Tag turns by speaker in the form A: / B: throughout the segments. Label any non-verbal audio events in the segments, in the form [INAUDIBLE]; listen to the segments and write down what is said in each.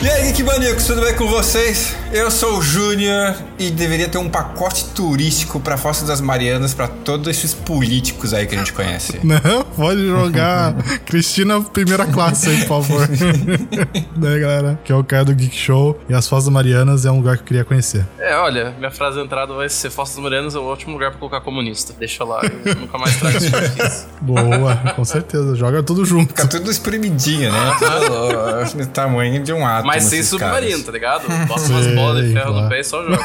A: E aí, Geekmanicos, tudo bem com vocês? Eu sou o Júnior e deveria ter um pacote turístico pra Fossa das Marianas pra todos esses políticos aí que a gente conhece.
B: Não,
A: [LAUGHS]
B: pode jogar Cristina primeira classe aí, por favor. Daí, galera, que é o cara do Geek Show e as Fossas Marianas é um lugar que eu queria conhecer.
C: É, olha, minha frase de entrada vai ser Fossas Marianas é o ótimo lugar pra colocar comunista. Deixa lá, eu nunca mais trago isso pra fiz.
B: Boa,
A: [LAUGHS]
B: com certeza, joga tudo junto.
A: Fica tudo espremidinho, né? Tudo do tamanho de um átomo.
C: Mas sem
A: esses
C: submarino,
A: caras.
C: tá ligado? Bota umas
B: Sei
C: bolas de ferro
B: lá.
C: no pé e só joga.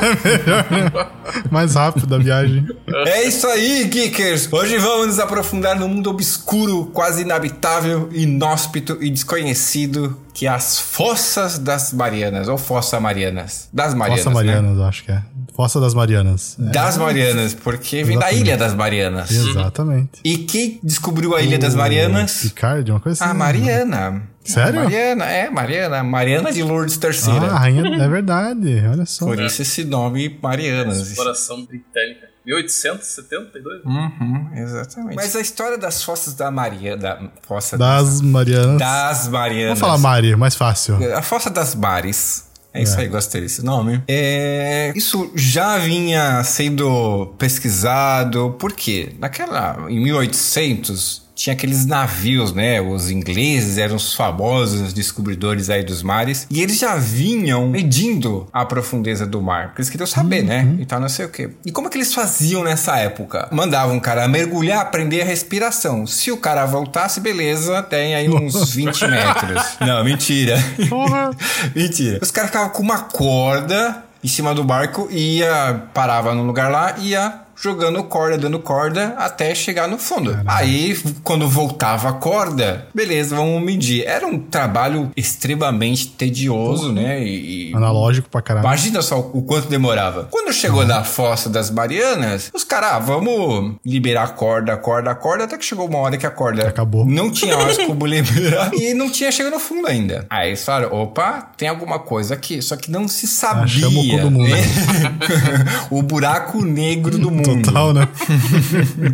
B: Mais rápido
A: [LAUGHS]
B: a viagem.
A: É isso aí, geekers! Hoje vamos nos aprofundar no mundo obscuro, quase inabitável, inóspito e desconhecido que é as Fossas das Marianas, ou Fossa Marianas. Das Marianas,
B: Fossa
A: né?
B: Marianas, eu acho que é. Fossa das Marianas. É,
A: Das Marianas, porque vem da
B: Exatamente.
A: Ilha das Marianas.
B: Exatamente.
A: E quem descobriu a Ilha das Marianas?
B: Picard, uma coisa assim.
A: A Mariana.
B: Sério?
A: A Mariana, é, Mariana. Mariana de Lourdes
B: Ah, a
A: Terceira.
B: rainha, é verdade, olha só.
A: Por isso esse nome Marianas.
C: Exploração britânica. 1872?
A: Uhum, exatamente. Mas a história das fossas da Maria, da fossa
B: Das Marianas.
A: das Marianas.
B: Vamos falar Mari, mais fácil.
A: A Fossa das Bares. É isso aí, gostei desse nome. É, isso já vinha sendo pesquisado, porque naquela, em 1800, tinha aqueles navios, né? Os ingleses eram os famosos descobridores aí dos mares. E eles já vinham medindo a profundeza do mar. Porque eles queriam saber, né? E tal, não sei o quê. E como é que eles faziam nessa época? Mandavam o cara mergulhar, aprender a respiração. Se o cara voltasse, beleza, tem aí uns 20 metros. Não, mentira.
B: Porra.
A: [LAUGHS] Mentira. Os caras ficavam com uma corda em cima do barco e ia, parava num lugar lá e ia jogando corda, dando corda até chegar no fundo. Aí, quando voltava a corda, beleza, vamos medir. Era um trabalho extremamente tedioso, né? E, e-
B: Analógico pra caralho.
A: Imagina só o quanto demorava. Quando chegou na fossa das Marianas, os caras, ah, vamos liberar a corda, a corda, a corda, até que chegou uma hora que a corda
B: Acabou.
A: Não tinha mais como [LAUGHS] liberar e não tinha chegado no fundo ainda. Aí eles falaram, opa, tem alguma coisa aqui, só que não se sabia.
B: Achamos Ah, o cu do mundo.
A: né? [LAUGHS] o buraco negro do mundo. [LAUGHS]
B: Total, né?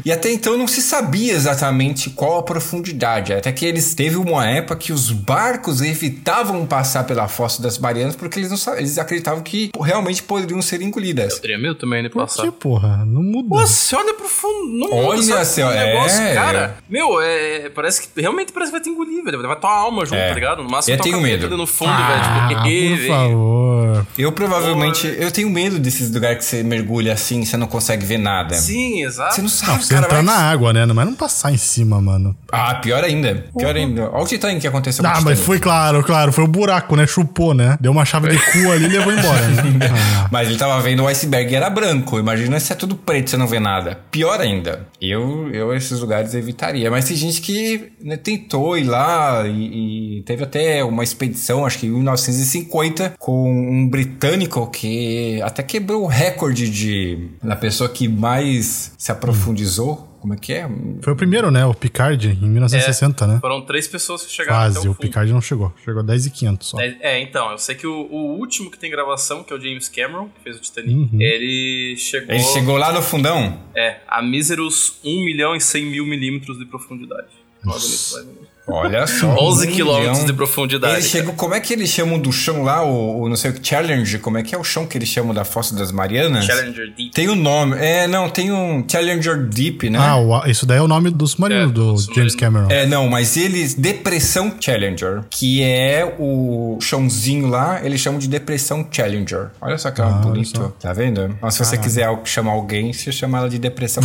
A: E até então não se sabia exatamente qual a profundidade. Até que eles teve uma época que os barcos evitavam passar pela fossa das Marianas porque eles não sa- eles acreditavam que realmente poderiam ser engolidas.
C: Teria meu também né, ano
B: Por que,
C: passado.
B: porra? Não muda.
C: Nossa, olha pro fundo. Não muda,
A: Olha,
C: sabe?
A: seu-
C: O negócio,
A: é.
C: cara. assim, Meu, é, parece que. Realmente parece que vai te engolir, velho. Vai tua alma junto,
A: É.
C: tá ligado? No máximo
A: Eu
C: toca
A: tenho
C: a
A: medo.
C: vida no fundo,
B: Ah,
C: velho. Tipo, "Ê,
B: por
C: velho."
B: favor.
A: Eu provavelmente eu tenho medo desses lugares que você mergulha assim, você não consegue ver nada.
C: Sim, exato.
A: Você não sabe,
B: Você
A: cara.
B: entrar
A: vai-
B: na água, né? Mas não passar em cima, mano.
A: Ah, pior ainda. Pior ainda. Olha o Titanic que aconteceu com
B: Ah,
A: o
B: Uhum. mas
A: Titanic.
B: foi claro, claro. Foi o buraco, né? Chupou, né? Deu uma chave de cu ali e levou embora, né?
A: [LAUGHS]
B: Ah,
A: Mas ele tava vendo o iceberg e era branco. Imagina se é tudo preto, você não vê nada. Pior ainda. Eu, eu esses lugares evitaria. Mas tem gente que né, tentou ir lá e, e teve até uma expedição, acho que em 1950, com um britânico que até quebrou o recorde de da pessoa que mais se aprofundizou. Como é que é?
B: foi o primeiro, né? O Picard, em 1960, né?
C: Foram três pessoas que chegaram até
B: Quase.
C: o
B: O
C: fundo.
B: Picard não chegou. Chegou a 10 e 500 só.
C: É, é, então, eu sei que o, o último que tem gravação, que é o James Cameron, que fez o Titanic, ele
A: Uhum.
C: chegou.
A: Ele chegou lá no fundão?
C: É, a míseros 1 milhão e 100 mil milímetros de profundidade. Não é bonito, não é bonito.
A: Olha só.
C: 11
A: um
C: quilômetros
A: milhão.
C: de profundidade.
A: Ele chegou, como é que eles chamam do chão lá, o, o não sei o que, Challenger? Como é que é o chão que eles chamam da Fossa das Marianas?
C: cara. Challenger D.
A: Tem o nome. É, não, tem um Challenger Deep, né?
B: Ah, o- isso daí é o nome do submarino
C: É,
B: do
C: do
B: James
C: submarino.
B: Cameron.
A: É, não, mas eles. Depressão Challenger, que é o chãozinho lá, eles chamam de Depressão Challenger. Olha só que
B: Ah, olha
A: bonito.
B: só.
A: Tá vendo? Mas se você quiser al- chamar alguém, você chama ela de
B: [LAUGHS]
A: Depressão.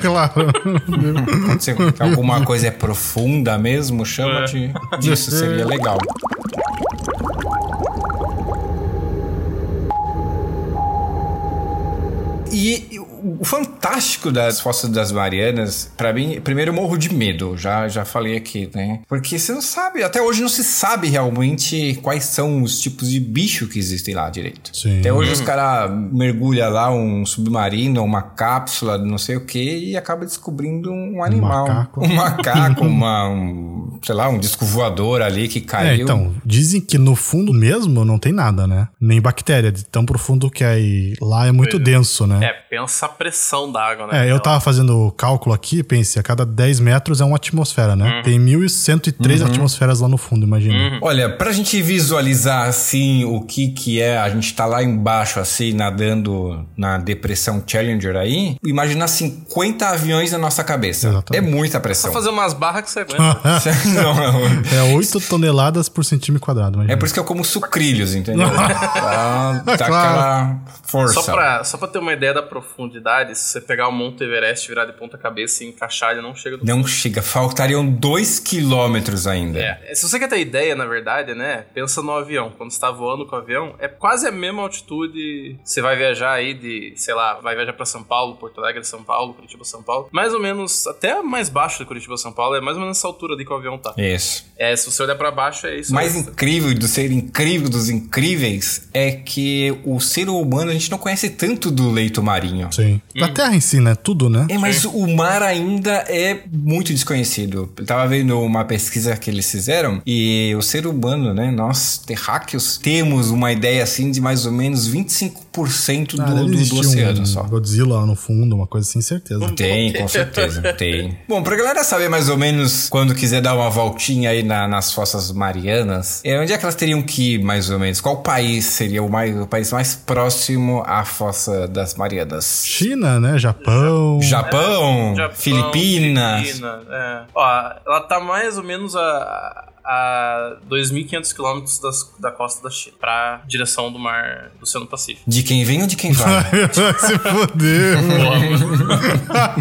B: claro.
A: Quando você- alguma coisa é profunda mesmo, chama de, disso, seria legal. E o fantástico das Fossas das Marianas, pra mim, primeiro eu morro de medo, já, já falei aqui, né? Porque você não sabe, até hoje não se sabe realmente quais são os tipos de bicho que existem lá direito.
B: Sim.
A: Até hoje os caras mergulham lá um submarino, uma cápsula, não sei o que, e acaba descobrindo um animal.
B: macaco.
A: Um
B: [LAUGHS]
A: macaco, uma, um, sei lá, um disco voador ali que
B: É,
A: caiu.
B: então, dizem que no fundo mesmo não tem nada, né? Nem bactéria, de tão profundo que aí lá é muito denso, né?
C: É, pensa a pressão da água, né?
B: É, eu
C: Então,
B: tava fazendo o cálculo aqui, pense, a cada 10 metros é uma atmosfera,
A: Uhum.
B: né? Tem 1103 atmosferas lá no fundo, imagina.
A: Olha, pra gente visualizar assim o que que é, a gente tá lá embaixo assim, nadando na depressão Challenger aí, imagina 50 aviões na nossa cabeça.
B: Exatamente.
A: É muita pressão.
C: Só fazer umas barras que você aguenta.
A: Ah, [LAUGHS] Não, não.
B: É 8 toneladas por centímetro quadrado, imagina.
A: É por isso que eu como sucrilhos,
B: [LAUGHS]
A: entendeu? pra dar
B: É Claro.
A: aquela força.
C: Só pra, só pra ter uma ideia da profundidade, se você pegar o Monte Everest, virar de ponta cabeça e encaixar, ele não chega do
A: Não chega, faltariam dois quilômetros ainda.
C: É, se você quer ter ideia, na verdade, né? Pensa no avião. Quando você tá voando com o avião, é quase a mesma altitude. Você vai viajar aí de, sei lá, vai viajar pra São Paulo, Porto Alegre, São Paulo, Curitiba, São Paulo. Mais ou menos, até mais baixo de Curitiba, São Paulo, é mais ou menos essa altura ali que o avião tá.
A: Isso.
C: É, se você olhar pra baixo, é isso.
A: O mais
C: mesmo.
A: incrível do ser incrível dos incríveis é que o ser humano a gente não conhece tanto do leito marinho.
B: Sim. Da terra em si, né? Tudo, né?
A: Uhum. É, mas o mar ainda é muito desconhecido. Eu tava vendo uma pesquisa que eles fizeram e o ser humano, né, nós terráqueos, temos uma ideia assim de mais ou menos 25% do,
B: Ah, deve
A: do- do,
B: existir um
A: oceano só.
B: Godzilla lá no fundo, uma coisa assim, certeza.
A: Tem, com certeza, tem. [LAUGHS] Bom, pra galera saber mais ou menos quando quiser dar uma voltinha aí na- nas fossas marianas, é, onde é que elas teriam que ir, mais ou menos? Qual país seria o, mais, o país mais próximo à fossa das marianas?
B: China,
A: [LAUGHS]
B: né? Japão.
A: Japão,
C: É, Japão,
A: então, Filipinas.
C: Filipina, é. Ó, ela tá mais ou menos a, a 2.500 quilômetros das- da costa da China, pra direção do mar do Oceano Pacífico.
A: De quem vem ou de quem
B: [LAUGHS]
A: vai?
B: Vai [LAUGHS]
A: [LAUGHS]
B: se foder, mano.
C: Boa,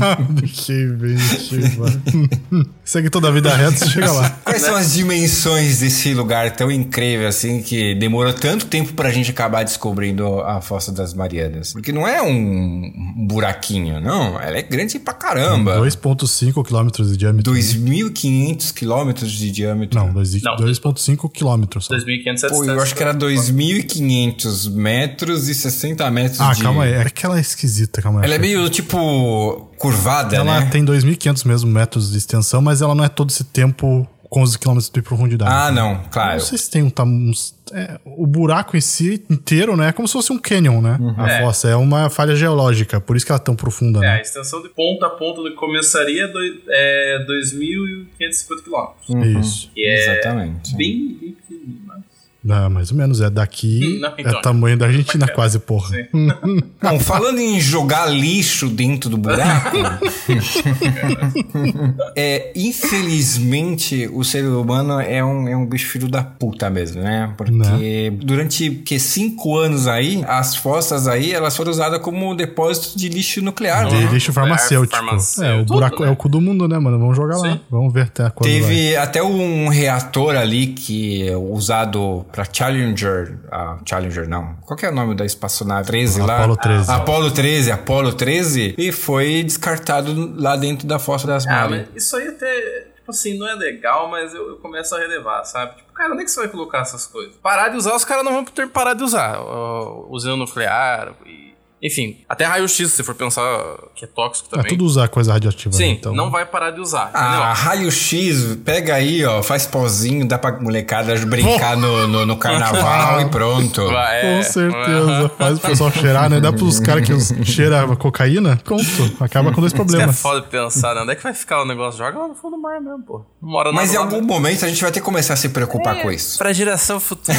C: mano.
B: [LAUGHS] Deixei bem, deixei, mano. [LAUGHS] Segue toda a vida reta, você chega lá.
A: Quais são as dimensões desse lugar tão incrível assim que demorou tanto tempo pra gente acabar descobrindo a Fossa das Marianas? Porque não é um buraquinho, não. Ela é grande pra caramba.
B: 2,5 quilômetros de diâmetro.
A: 2.500 quilômetros de diâmetro.
B: Não, dois-
C: Não.
B: 2,5 quilômetros. só.
C: 2.500 é a
A: Pô, eu
C: distância
A: acho que era 2.500 metros e 60 metros
B: Ah,
A: de...
B: calma aí. É aquela esquisita, calma aí.
A: Ela é meio, tipo, curvada,
B: Ela
A: né?
B: tem 2.500 mesmo metros de extensão, mas ela não é todo esse tempo com os quilômetros de profundidade.
A: Ah, não, claro.
B: Não sei se tem um tamanho. é, o buraco em si inteiro, né? É como se fosse um canyon, né?
A: Uhum.
B: A
C: É.
B: fossa. É uma falha geológica, por isso que ela é tão profunda,
C: É, a
B: né?
C: extensão de ponta a ponta do que começaria é dois- é 2.550 quilômetros.
A: uhum.
B: Isso.
C: E é
A: Exatamente.
C: bem, bem pequenininho, mas...
B: Não, mais ou menos. É daqui.
C: Hum, não,
B: é
C: então.
B: tamanho da Argentina, quase, porra.
A: Bom, falando em jogar lixo dentro do buraco, é, infelizmente o ser humano é um, é um bicho filho da puta mesmo, né? Porque durante que cinco anos aí, as fossas aí, elas foram usadas como depósito de lixo nuclear, né?
B: De lixo farmacêutico.
C: É, farmacêutico,
B: é, o
C: tudo,
B: buraco
C: né?
B: é o cu do mundo, né, mano? Vamos jogar lá.
C: Sim.
B: Vamos ver até quando. vai.
A: Teve até um reator ali que é usado pra Challenger. Ah, Challenger não. Qual que é o nome da espaçonave? 13 lá?
B: Apollo 13.
A: Ah, Apollo 13, Apollo 13. E foi descartado lá dentro da Fossa das
C: Ah,
A: Marias.
C: mas isso aí até, tipo assim, não é legal, mas eu, eu começo a relevar, sabe? Tipo, cara, onde é que você vai colocar essas coisas? Parar de usar, os caras não vão ter parar de usar. Ó, usando nuclear e... Enfim, até raio-x, se for pensar que é tóxico
B: É
C: também.
B: tudo usar coisa radioativa. né?
C: Sim,
B: então,
C: não vai parar de usar.
A: Ah,
C: entendeu?
A: raio-x, pega aí, ó, faz pozinho, dá pra molecada brincar no, no, no carnaval e pronto.
C: [LAUGHS] Vai, é.
B: Com
C: [LAUGHS]
B: certeza. Faz o pessoal cheirar, né? Dá pros caras que us- cheira cocaína, pronto. Acaba com dois
C: Isso que é
B: problemas.
C: foda pensar, né? Onde é que vai ficar o negócio? Joga lá no fundo do mar mesmo, pô. Não mora
A: Mas
C: nada
A: em
C: lá,
A: algum
C: né?
A: momento a gente vai ter que começar a se preocupar
C: É.
A: com isso. [LAUGHS]
C: Pra geração futura.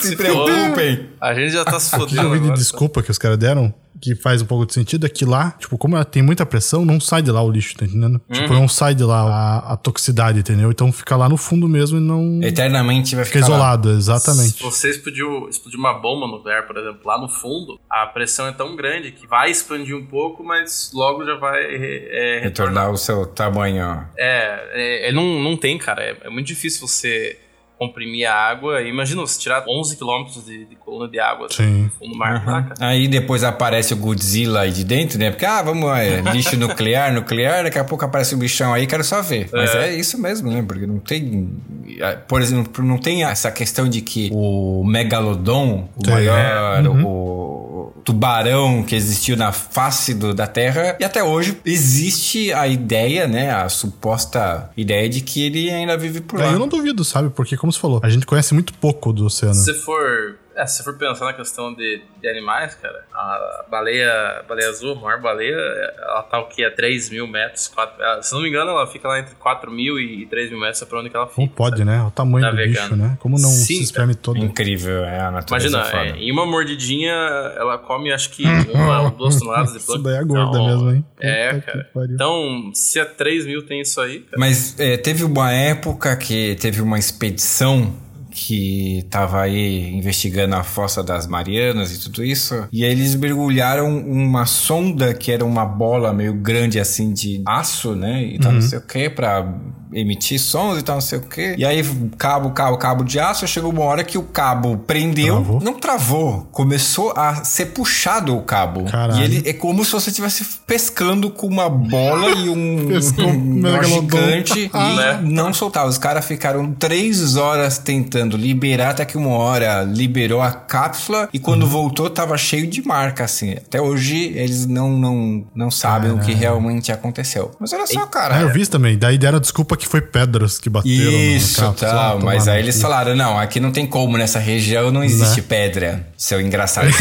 A: se preocupem.
C: A gente já tá se
B: O que eu
C: fudendo.
B: vi de
C: agora.
B: desculpa que os caras deram, que faz um pouco de sentido, é que lá, tipo, como ela tem muita pressão, não sai de lá o lixo, tá entendendo?
C: Uhum.
B: Tipo, não sai de lá a, a toxicidade, entendeu? Então fica lá no fundo mesmo e não
C: É,
A: Eternamente vai
B: fica
A: ficar lá.
B: isolado, exatamente.
C: Se você explodir, o- explodir uma bomba nuclear, por exemplo, lá no fundo, a pressão é tão grande que vai expandir um pouco, mas logo já vai é, é, retornar.
A: retornar o seu tamanho.
C: É, é, é, não, não tem, cara. É, é muito difícil você comprimir a água. Imagina você tirar 11 quilômetros de, de coluna de água
B: Sim.
C: do fundo do mar, lá, cara.
A: Aí depois aparece o Godzilla aí de dentro, né? Porque, ah, vamos lá, é, lixo nuclear, nuclear, daqui a pouco aparece o bichão aí, quero só ver. Mas é isso mesmo, né? Porque não tem. é, Por exemplo, não tem essa questão de que o megalodon, o
B: Sim.
A: maior, o tubarão que existiu na face do- da Terra, e até hoje existe a ideia, né? A suposta ideia de que ele ainda vive por
B: Aí
A: lá.
B: eu não duvido, sabe? Porque, como você falou, a gente conhece muito pouco do oceano.
C: Se você for É, se for pensar na questão de, de animais, cara, a baleia, a baleia azul, a maior baleia, ela tá o quê? A 3 mil metros, 4, ela- se não me engano, ela fica lá entre 4 mil e 3 mil metros, é pra onde que ela fica.
B: Não pode,
C: sabe?
B: né? O tamanho
C: Tá
B: do
C: vegano.
B: bicho, né? Como não
C: Sim,
B: se espreme todo.
A: Incrível, é a natureza
C: Imagina,
A: foda.
C: é, em uma mordidinha, ela come
B: [LAUGHS]
C: acho que uma ou duas toneladas de
B: Isso
C: planta.
B: daí é gorda
C: Então,
B: mesmo, hein?
C: É,
B: Puta que
C: cara.
B: pariu.
C: Então, se a 3 mil tem isso aí, cara.
A: Mas é, teve uma época que teve uma expedição que tava aí investigando a fossa das Marianas e tudo isso. E aí eles mergulharam uma sonda que era uma bola meio grande assim de aço, né? E tal,
B: Uhum.
A: não sei o que, pra emitir sons e tal, não sei o que. E aí cabo, cabo, cabo de aço. Chegou uma hora que o cabo prendeu.
B: Travou?
A: Não travou. Começou a ser puxado o cabo.
B: Caralho.
A: E ele é como se você estivesse pescando com uma bola e um,
B: Pescou
A: um nó
B: megalodon. [LAUGHS] Ah.
A: gigante e
C: Né?
A: não soltava. Os caras ficaram três horas tentando liberar, até que uma hora liberou a cápsula e
B: Uhum.
A: quando voltou tava cheio de marca, assim. Até hoje eles não, não, não sabem o que realmente aconteceu. Mas olha só, cara.
B: Ah, eu vi isso também. Daí deram a desculpa que foi pedras que bateram
A: Isso,
B: no carro. Sei lá,
A: tá.
B: tomar
A: Mas
B: no
A: aí eles
B: cu. Né?
A: falaram: não, aqui não tem como, nessa região não existe pedra, seu
B: [LAUGHS]
A: engraçadinho.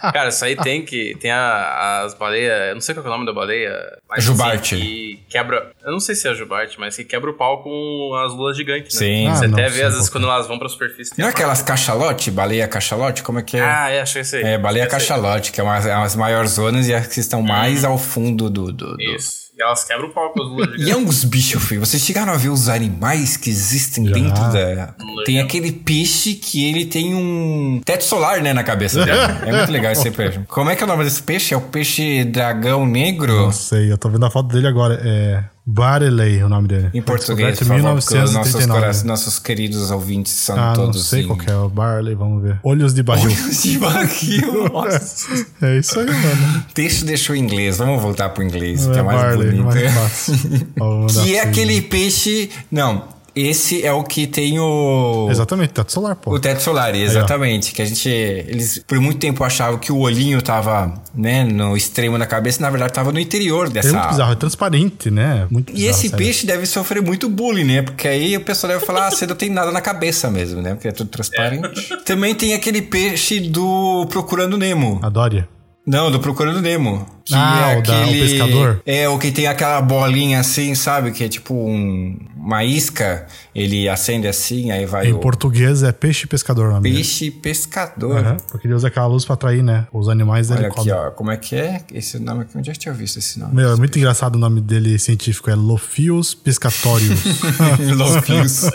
C: Cara, isso aí tem que. Tem a- as baleias. Eu não sei qual que é o nome da baleia. Mas,
A: Jubarte.
C: assim, que quebra. Eu não sei se é a Jubarte, mas que quebra o pau com as lulas gigantes, né?
A: Sim.
B: Ah,
C: Você
B: não
C: até
B: sei
C: vê, às vezes,
B: qual
C: quando elas vão pra superfície. tem
A: Não é
C: uma-
A: aquelas cachalote, baleia cachalote? Como é que é?
C: Ah, é, achei isso aí.
A: É, baleia
C: Achei isso aí. Uhum.
A: cachalote, que é uma, é umas maiores zonas e as que estão mais ao fundo do. do, do-
C: Isso. E elas quebram o pau com as lulas
A: E
C: gigantes.
A: é uns bichos, filho. Vocês chegaram a ver os animais que existem
B: Já.
A: dentro da. Tem
C: Legal.
A: aquele peixe que ele tem um teto solar, né, na cabeça
B: [LAUGHS]
A: dele. É muito legal esse peixe. Como é que é o nome desse peixe? É o peixe dragão negro?
B: Não sei, eu tô vendo a foto dele agora. É. Bareley, o nome dele.
A: Em português,
B: Descoberto
A: por
B: em
A: favor, porque os nossos,
B: 1939.
A: cora- nossos queridos ouvintes são
B: Ah, não
A: todos.
B: sei
A: em-
B: qual que é. O Barley, vamos ver. Olhos de barril.
A: De
B: [LAUGHS]
A: barril, nossa.
B: é isso aí, mano.
A: Deixa, deixa o inglês, vamos voltar pro inglês, que é
B: é
A: mais
B: Barley,
A: bonito. [LAUGHS]
B: mais fácil. Ó, vou mandar assim.
A: Que é
B: pra vocês.
A: aquele peixe. Não, esse é o que tem o.
B: Exatamente, teto solar, pô. É
A: O teto solar, exatamente. que a gente. Eles por muito tempo achavam que o olhinho tava, né, no extremo da cabeça, na verdade tava no interior
B: É
A: dessa.
B: muito bizarro, é transparente, né? Muito
A: Tá. e
B: bizarro,
A: esse
B: sério.
A: peixe deve sofrer muito bullying, né? Porque aí o pessoal deve falar, ah, você não tem nada na cabeça mesmo, né? Porque é tudo transparente. [LAUGHS] Também tem aquele peixe do Procurando Nemo.
B: Adore.
A: Não, do Procurando Nemo. Que
B: Ah,
A: é
B: o da- o
A: aquele-
B: pescador?
A: É, o que tem aquela bolinha assim, sabe? Que é tipo um, uma isca. Ele acende assim, aí vai
B: Em
A: o
B: português é peixe pescador o nome dele.
A: peixe pescador.
B: Aham, porque ele usa aquela luz pra atrair, né? Os animais dele
A: Olha aqui,
B: comem.
A: ó. Como é que é? Esse nome aqui, onde já tinha visto esse nome?
B: Meu, é
A: [LAUGHS]
B: muito engraçado o nome dele científico. É
A: [LAUGHS]
B: Lophius pescatorius.
A: Lofius.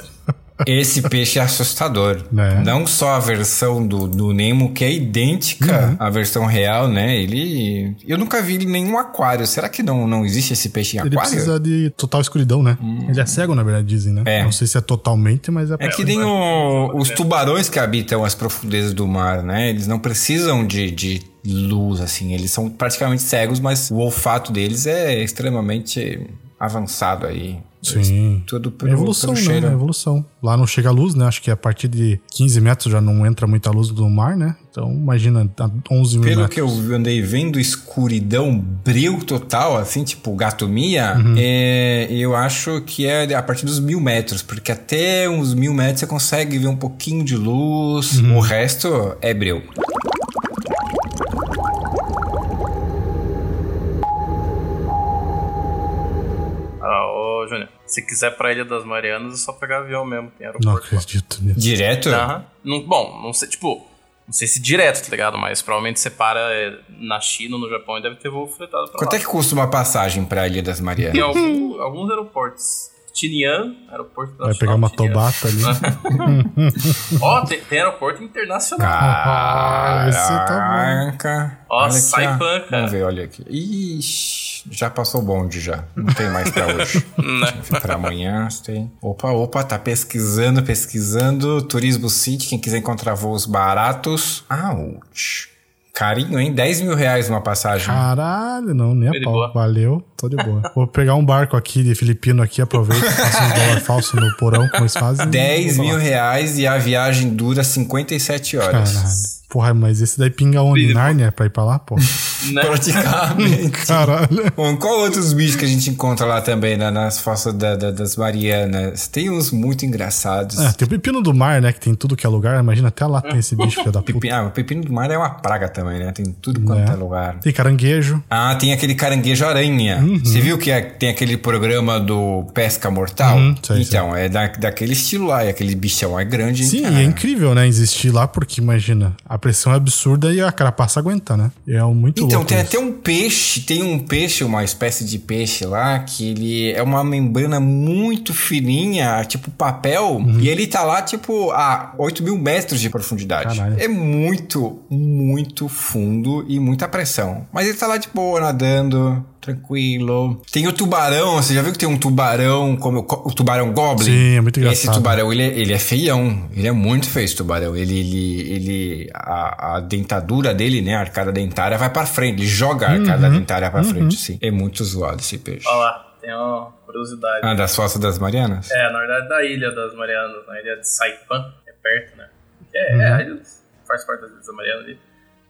A: Esse peixe é assustador.
B: Né?
A: Não só a versão do, do Nemo, que é idêntica
B: Uhum.
A: à versão real, né? Ele. Eu nunca vi ele em nenhum aquário. Será que não, não existe esse peixe em
B: Ele
A: aquário? Hum.
B: precisa de total escuridão, né? Ele é cego, na verdade, dizem, né?
A: É.
B: Não sei se é totalmente, mas é...
A: É que nem o- os tubarões que habitam as profundezas do mar, né? Eles não precisam de, de luz, assim. Eles são praticamente cegos, mas o olfato deles é extremamente avançado aí.
B: Sim.
A: Tudo
B: É
A: pelo,
B: evolução,
A: pelo
B: né?
A: cheiro.
B: É evolução. Lá não chega a luz, né? Acho que a partir de 15 metros já não entra muita luz do mar, né? Então, imagina, tá 11 mil
A: Pelo
B: metros.
A: que eu andei vendo, escuridão, breu total, assim, tipo gato mia,
B: Uhum.
A: é, eu acho que é a partir dos mil metros, porque até uns mil metros você consegue ver um pouquinho de luz,
B: Uhum.
A: o resto é breu.
C: Ah, ô, Júnior, se quiser pra Ilha das Marianas, é só pegar avião mesmo.
B: Não
C: Tem aeroporto. lá.
B: acredito nisso.
A: Direto?
C: Aham. Não- bom, não sei, tipo, não sei se direto, tá ligado? Mas provavelmente você para é, na China ou no Japão e deve ter voo fretado pra
A: Quanto
C: lá.
A: é que custa uma passagem pra Ilha das
B: [LAUGHS]
C: Tem
A: Marianas?
C: algum- alguns aeroportos. Tinian, aeroporto
B: Vai pegar uma tobata ali.
A: [LAUGHS]
C: Ó, tem, tem aeroporto internacional.
B: Ah, esse tá bom.
A: Caraca.
C: Ó,
A: Olha aqui,
C: sai pan, cara.
A: Vamos ver, olha aqui. Ixi, já passou o bonde já. Não tem mais pra
C: [LAUGHS]
A: hoje. pra amanhã tem. Opa, opa, tá pesquisando, pesquisando. Turismo City, quem quiser encontrar voos baratos. Ouch. Carinho, hein? 10 mil reais uma passagem.
B: Ah, Caralho, não, nem
C: Tô
B: a
C: de
B: pau.
C: boa.
B: Valeu, tô de boa. Vou pegar um barco aqui de filipino aqui, aproveito, faço um dólar falso no porão, como eles fazem.
A: 10
B: Vamos
A: mil
B: lá.
A: reais e a viagem dura 57 horas.
B: Caralho. Porra, mas esse daí pinga onde?
C: Perigo.
B: Nárnia pra ir pra
A: [LAUGHS]
B: lá, pô?
C: Né? [LAUGHS]
A: Praticamente.
B: Caralho.
A: Bom, qual outros bichos que a gente encontra lá também, né, nas fossas da- da- das Marianas? Tem uns muito engraçados.
B: É, tem o pepino do mar, né? Que tem em tudo que é lugar. Imagina até lá
A: [LAUGHS]
B: tem esse bicho, filho da puta.
A: Pepi- Ah, o pepino do mar é uma praga também, né? Tem tudo quanto é,
B: É.
A: lugar.
B: Tem caranguejo.
A: Ah, tem aquele caranguejo aranha.
B: Uhum.
A: Você viu que é- tem aquele programa do Pesca Mortal?
B: Uhum, sei,
A: então, é da- daquele estilo lá. E aquele bichão é grande, hein,
B: Sim,
A: cara?
B: e é incrível, né? Existir lá, porque imagina, a pressão é absurda e a carapaça aguenta, né? É um muito
A: Então,
B: louco.
A: tem
B: isso.
A: até um peixe, tem um peixe, uma espécie de peixe lá, que ele é uma membrana muito fininha, tipo papel,
B: Uhum.
A: e ele tá lá, tipo, a 8 mil metros de profundidade.
B: Caralho.
A: É muito, muito fundo e muita pressão. Mas ele tá lá de boa, nadando, tranquilo. Tem o tubarão, você já viu que tem um tubarão, como o o tubarão goblin?
B: Sim, é muito
A: um Esse
B: engraçado.
A: tubarão, ele é, ele é feião. Ele é muito feio esse tubarão. Ele, ele, ele a, a dentadura dele, né? A arcada dentária vai pra frente. Ele joga
B: Uhum,
A: a arcada dentária pra frente, sim. É muito zoado esse peixe.
C: Olha lá, tem uma curiosidade.
A: Ah, das fossas das Marianas?
C: É, na verdade, da Ilha das Marianas, na Ilha de Saipan, é perto, né? É,
B: Uhum.
C: é a ilha dos- faz parte das Ilhas das Marianas ali.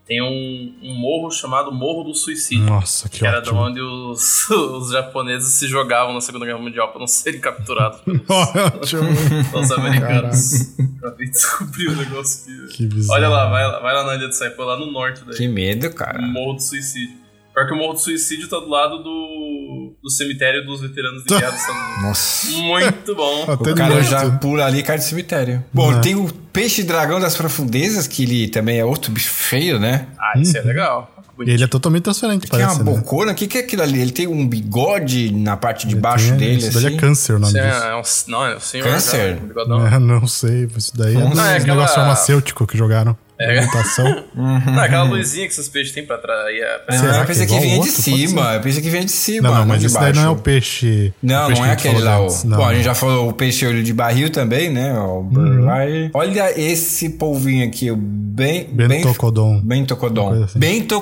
C: Tem um, um morro chamado Morro do Suicídio.
B: Nossa, Hum, que
C: Que era de
B: ótimo.
C: onde os, [LAUGHS] os japoneses se jogavam na Segunda Guerra Mundial pra não serem capturados pelos,
B: [LAUGHS]
A: [LAUGHS]
B: Ótimo.
C: pelos americanos. Acabei de descobrir o negócio que...
B: que bizarro.
C: Olha lá, vai, lá- vai lá na Ilha de Saipan, lá no norte daí.
A: Que medo, cara.
C: Um Morro do Suicídio. Pior que o Morro do Suicídio tá do lado do, do cemitério dos veteranos de guerra dos Estados
B: [LAUGHS]
C: Unidos.
A: Nossa.
C: Muito bom.
B: Até
A: O cara
B: noite.
A: já pula ali e cai do cemitério. Bom,
B: Né.
A: tem o peixe dragão das profundezas, que ele também é outro bicho feio, né?
C: Ah, isso é legal.
B: E ele é totalmente transparente,
A: Tem uma
B: parece, né?
A: bocona. O que, que é aquilo ali? Ele tem um bigode na parte de baixo
B: Tem-
A: dele,
B: Isso daí
A: assim.
B: é câncer o nome
C: Isso é,
B: disso.
C: é um, não, é um senhor.
A: Câncer?
C: já, um bigodão.
B: [LAUGHS] É, não sei, mas isso daí é
A: Não,
B: um
C: é aquela-
B: negócio farmacêutico que jogaram. É.
C: [LAUGHS]
B: Mutação.
C: Não, é aquela luzinha que esses peixes têm pra atrair a
A: Ah,
B: Será
A: eu pensei
B: que
A: que,
B: é igual
A: vinha
B: ao
A: de
B: outro? Pode
A: cima. Eu pensei que vinha de cima.
B: não, não, mas
A: de
B: isso daí não é o
A: baixo.
B: peixe. o
A: Não, não
B: peixe
A: é
B: que a gente
A: aquele
B: falou
A: lá.
B: antes,
A: O...
B: não. Uhum.
A: Bom, a gente já falou o peixe olho de barril também, né? O Burlai. Olha esse polvinho aqui, o Ben...
B: Bentocodon.
A: Bentocodon.
B: coisa assim.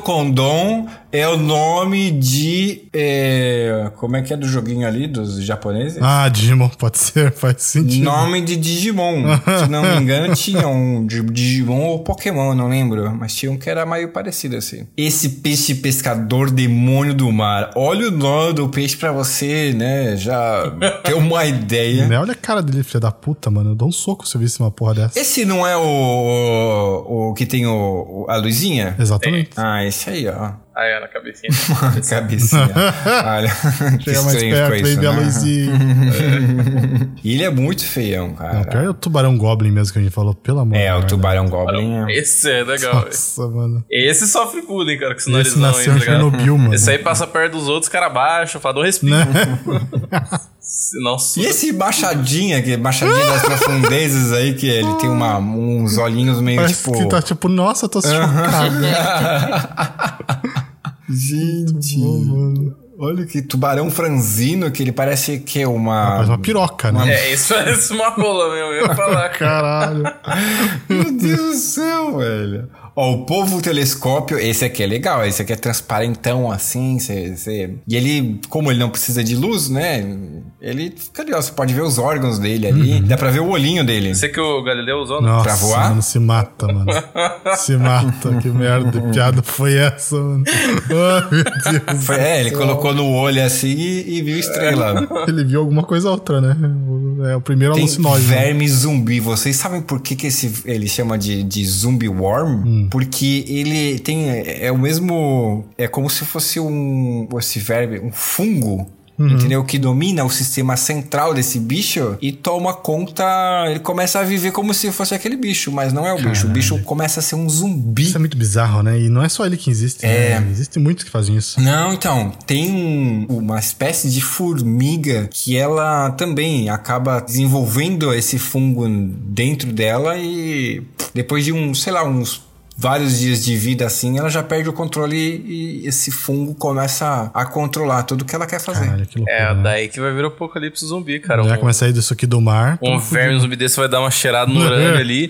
A: Bentocodon é o nome de... é, Como é que é do joguinho ali, dos japoneses?
B: Ah, Digimon, pode ser, [LAUGHS] faz sentido.
A: Nome de
B: [LAUGHS]
A: Digimon. Se não me engano, tinha um de Digimon ou Pokémon, não lembro. Mas tinha um que era meio parecido assim. Esse peixe pescador demônio do mar. Olha o nome do peixe pra você, né?
B: [LAUGHS]
A: Já ter uma ideia.
B: Né? Olha a cara dele, filha da puta, mano. Eu dou um soco se eu visse uma porra dessa.
A: Esse não é o, o, o que tem o, o- a
B: [LAUGHS]
A: luzinha?
B: Exatamente.
A: Ah, esse aí, ó.
C: Ah, é, na
B: [LAUGHS]
C: cabecinha.
A: A cabecinha. Olha, que
B: Chega mais
A: estranho ficou
B: perto aí,
A: isso,
B: Bia
A: né? [LAUGHS]
B: Luizinha.
A: E ele é muito feião, cara.
B: Não, pior é o tubarão goblin mesmo que a gente falou, pelo amor de
A: é, o
B: Deus, né?
A: tubarão goblin. é-
C: Esse é legal. velho.
B: Nossa, mano.
C: Esse sofre bullying, cara, com esse
B: Esse
C: narizão aí, tá
B: nasceu em
C: ligado?
B: Chernobyl, mano. [LAUGHS] Né?
C: Esse aí passa perto dos outros, cara baixa, fala do respiro.
A: [LAUGHS] tipo,
C: Nossa.
A: E esse baixadinha, que baixadinha das profundezas aí, que ele tem uma, uns olhinhos meio
B: Parece
A: tipo.
B: que tá tipo, nossa,
A: [LAUGHS]
B: tô chocado.
A: Gente.
B: Ô, mano.
A: Olha que tubarão franzino, que ele parece que é uma.
B: Parece uma piroca, né?
C: É, isso [LAUGHS] parece uma rola mesmo, eu ia falar. cara.
B: Caralho.
A: Meu Deus do céu, velho. Ó, o povo telescópio, esse aqui é legal, esse aqui é transparentão assim, cê, cê- e ele, como ele não precisa de luz, né, ele fica ali, ó, você pode ver os órgãos dele
B: Uhum.
A: ali, dá pra ver o olhinho dele.
C: Esse que o Galileu usou, né?
B: Nossa,
A: Pra voar?
B: mano, se mata, mano. Se mata, que merda de piada foi essa, mano? Ai, meu Deus.
A: Foi- é, ele colocou no olho assim e, e viu estrela.
B: Ele viu alguma coisa outra, né? É o primeiro
A: Tem
B: alucinógeno.
A: verme zumbi. Vocês sabem por que, que esse, ele chama de, de zumbi worm? Porque ele tem. É o mesmo. É como se fosse um. Esse verme, um fungo. Entendeu? Que domina o sistema central desse bicho e toma conta. Ele começa a viver como se fosse aquele bicho, mas não é o bicho. O bicho começa a ser um zumbi.
B: Isso é muito bizarro, né? E não é só ele que existe. É. Né? Existem muitos que fazem isso.
A: Não, então, tem um- uma espécie de formiga que ela também acaba desenvolvendo esse fungo dentro dela e depois de um, sei lá, uns vários dias de vida assim, ela já perde o controle e, e esse fungo começa a controlar tudo que ela quer fazer.
B: Caralho, que loucura.
C: É,
B: né?
C: daí que vai vir o apocalipse zumbi, cara.
B: Já
C: Um,
B: começa a sair disso aqui do mar.
C: um verme zumbi desse vai dar uma cheirada no urânio ali.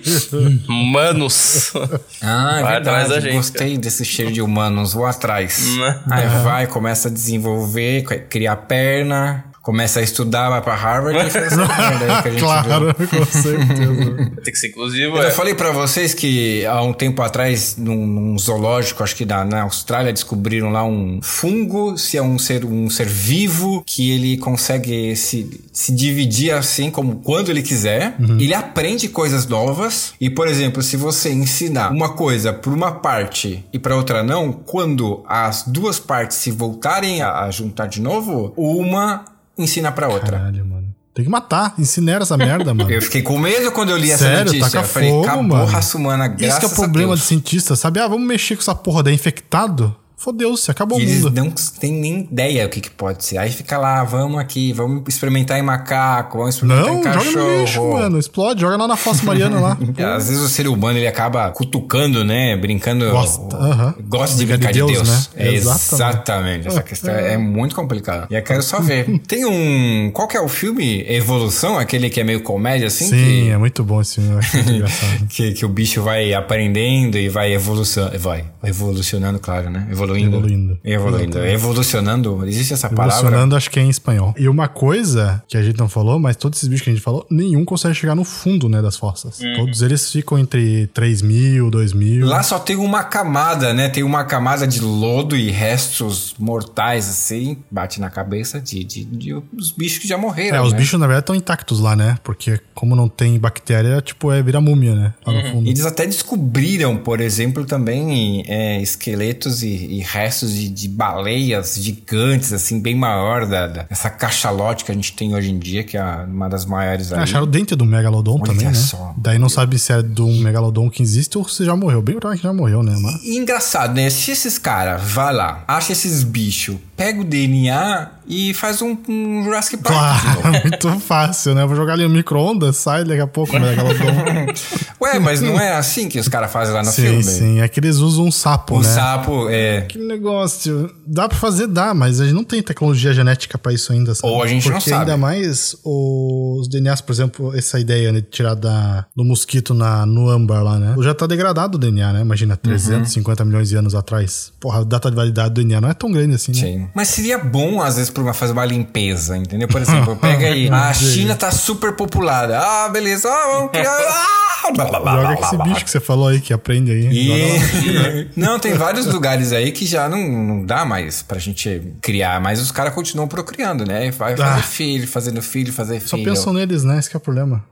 C: Manos. [LAUGHS]
A: Ah, é
C: Vai atrás da
A: verdade.
C: gente,
A: Gostei desse cheiro
C: [LAUGHS]
A: de humanos, vou atrás.
C: Né?
A: Aí vai, começa a desenvolver, criar perna. começa a estudar, vai pra Harvard e
B: [LAUGHS]
A: faz essa merda aí que a gente
B: Claro,
A: viu.
B: com certeza.
C: Tem que ser inclusivo,
A: Eu
C: é.
A: já falei pra vocês que há um tempo atrás, num, num zoológico, acho que na, na Austrália, descobriram lá um fungo, se é um ser, um ser vivo, que ele consegue se, se dividir assim, como quando ele quiser.
B: Uhum.
A: Ele aprende coisas novas. E, por exemplo, se você ensinar uma coisa pra uma parte e pra outra não, quando as duas partes se voltarem a, a juntar de novo, uma ensina pra outra.
B: Caralho, mano. Tem que matar, incinera essa merda, mano.
A: Eu fiquei com medo quando eu li essa
B: Sério?
A: notícia.
B: Taca
A: eu falei,
B: fogo,
A: acabou
B: mano.
A: raça humana, graças
B: Isso que é o
A: a
B: problema de
A: Deus.
B: cientista, sabe? Ah, vamos mexer com essa porra daí infectado? Fodeu-se, acabou
A: E
B: o
A: eles
B: mundo.
A: não têm nem ideia do que, que pode ser. Aí fica lá, vamos aqui, vamos experimentar em macaco, vamos experimentar
B: Não,
A: em
B: joga
A: cachorro.
B: no lixo, mano. Explode, joga lá na fossa mariana [LAUGHS] lá.
A: É, Às vezes o ser humano ele acaba cutucando, né? Brincando.
B: Gosta, aham.
A: Gosta de brincar de Deus.
B: né?
A: É,
B: Exatamente.
A: exatamente. Essa questão é muito complicada. E eu quero só ver.
B: [LAUGHS]
A: Tem um. Qual que é o filme? Evolução? Aquele que é meio comédia, assim? que-
B: Sim, é muito bom esse filme, eu acho muito [LAUGHS] engraçado.
A: que, que o bicho vai aprendendo e vai evolucionando. Vai evolucionando, claro, né? Evoluindo.
B: Evoluindo.
A: Evoluindo. Evolucionando. Existe essa palavra?
B: Evolucionando, acho que é em espanhol. E uma coisa que a gente não falou, mas todos esses bichos que a gente falou, nenhum consegue chegar no fundo, né, das forças. Todos eles ficam entre 3 mil, 2 mil.
A: Uhum. Lá só tem uma camada, né? Tem uma camada de lodo e restos mortais, assim, bate na cabeça de, de, de os bichos que já morreram.
B: É, os
A: né?
B: bichos, na verdade, estão intactos lá, né? Porque como não tem bactéria, tipo, é vira múmia, né? Lá no fundo.
A: Eles até descobriram, por exemplo, também é, esqueletos e, e restos de, de baleias gigantes, assim, bem maior da, da- essa cachalote que a gente tem hoje em dia, que é uma das maiores aí.
B: Ah, Acharam o dente do megalodon
A: Olha
B: também, né?
A: só.
B: Daí não sabe se é do megalodon que existe ou se já morreu. Bem provável que já morreu, né? Mas...
A: E engraçado, né? Se esses caras, vai lá, acha esses bichos, pega o DNA e faz um, um Jurassic Park. de
B: Claro,
A: novo.
B: [LAUGHS] muito fácil, né? Eu Vou jogar ali no micro-ondas, sai daqui a pouco né? o megalodon.
A: Ué, mas não
B: [LAUGHS]
A: é assim que os caras fazem lá [LAUGHS] no
B: sim,
A: filme?
B: sim. É que eles usam um sapo,
A: O
B: né?
A: sapo é.
B: Que negócio. Dá pra fazer, dá, mas a gente não tem tecnologia genética pra isso ainda. Sabe?
A: Ou a gente
B: Porque
A: não sabe.
B: ainda mais os DNAs, por exemplo, essa ideia né, de tirar da, do mosquito na, no âmbar lá, né? Já tá degradado o DNA, né? Imagina,
A: Uhum.
B: 350 milhões de anos atrás. Porra, a data de validade do DNA não é tão grande assim, né?
A: Sim. Mas seria bom, às vezes, pra uma- fazer uma limpeza, entendeu? Por
B: [LAUGHS]
A: exemplo, pega aí, a China tá super populada. Ah, beleza, ah, vamos criar. Ah, blá, blá, blá,
B: Joga
A: blá,
B: com esse
A: blá,
B: bicho que você falou aí, que aprende aí. Joga lá.
A: E...
B: né?
A: [LAUGHS] Não, tem vários lugares aí que já não, não dá mais pra gente criar, mas os caras continuam procriando, né? E Vai fazer
B: Ah.
A: filho, fazendo filho, fazer
B: Só
A: filho.
B: pensam neles, né? Esse que é o problema.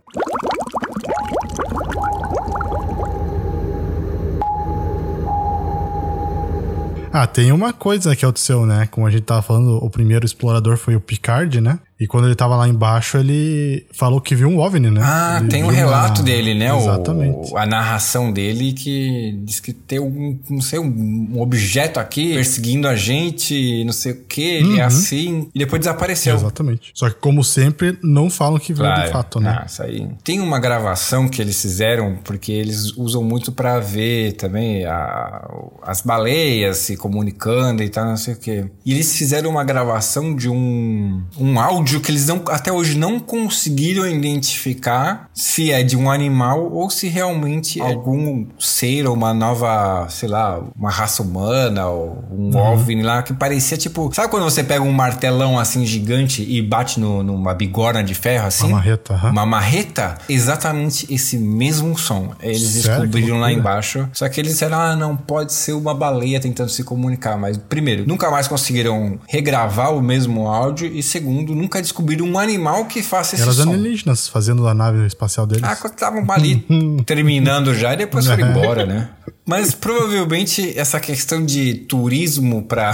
B: Ah, tem uma coisa que aconteceu, né? Como a gente tava falando, o primeiro explorador foi o Picard, né? E quando ele tava lá embaixo, ele falou que viu um OVNI, né?
A: Ah,
B: Ele
A: tem um
B: viu
A: relato
B: uma-
A: dele, né? O-
B: Exatamente.
A: a narração dele que diz que tem um, não sei, um objeto aqui perseguindo a gente, não sei o que, ele
B: Uhum.
A: é assim. E depois desapareceu.
B: Exatamente. Só que, como sempre, não falam que viu de fato, né?
A: Ah, isso aí. Tem uma gravação que eles fizeram, porque eles usam muito pra ver também a- as baleias se comunicando e tal, não sei o quê. E eles fizeram uma gravação de um, um áudio que eles não, até hoje não conseguiram identificar se é de um animal ou se realmente é algum ser ou uma nova, sei lá, uma raça humana ou um OVNI lá que parecia tipo. Sabe quando você pega um martelão assim gigante e bate no- numa bigorna de ferro assim?
B: Uma marreta, aham.
A: Uma marreta? Exatamente esse mesmo som. Eles
B: Sério?
A: descobriram
B: Que
A: lá
B: loucura.
A: embaixo. Só que eles disseram, ah, não, pode ser uma baleia tentando se comunicar. Mas, primeiro, nunca mais conseguiram regravar o mesmo áudio. E, segundo, nunca descobriram um animal que faça esse
B: Elas
A: som.
B: alienígenas fazendo a nave espacial deles.
A: Ah, quando estavam ali terminando já e depois
B: [LAUGHS] É.
A: foram embora, né? Mas provavelmente essa questão de turismo [LAUGHS] para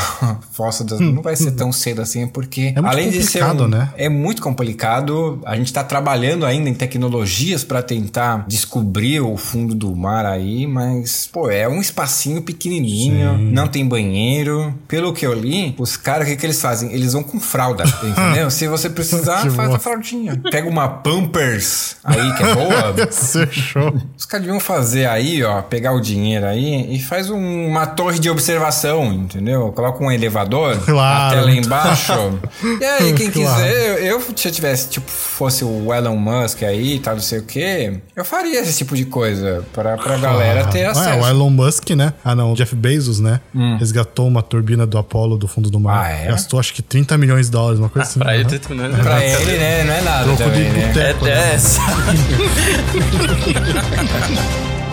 A: Fossa das não vai ser tão cedo assim, porque
B: Hum. É muito
A: além de ser
B: complicado,
A: um-
B: né?
A: é muito complicado. A gente está trabalhando ainda em tecnologias para tentar descobrir o fundo do mar aí, mas pô, é um espacinho pequenininho, não tem banheiro. Pelo que eu li, os caras o que, que eles fazem? Eles vão com fralda,
B: [LAUGHS]
A: entendeu? Se você precisar,
B: Que
A: faz a
B: bosta.
A: fraldinha. Pega uma Pampers aí que é boa.
B: [LAUGHS] Ia ser show.
A: Os caras deviam fazer aí, ó, pegar o dinheiro câmera aí e faz um- uma torre de observação, entendeu? Coloca um elevador
B: Claro.
A: até lá embaixo. e aí, quem
B: Claro.
A: quiser, eu, eu, se eu tivesse, tipo, fosse o Elon Musk aí, tal, não sei o quê, eu faria esse tipo de coisa pra, pra galera ter
B: Ah,
A: acesso. Hum.
B: É, o Elon Musk, né? Ah, não, o Jeff Bezos, né? Resgatou uma turbina do Apollo do fundo do mar.
A: Ah, é? Ah,
B: Gastou acho que 30 milhões de dólares, uma coisa assim.
C: Pra ele,
B: aham.
C: 30 milhões
A: Pra ele, né? Não é nada
B: Troco de
A: também, né?
B: boteco.
C: É
B: né?
C: 10.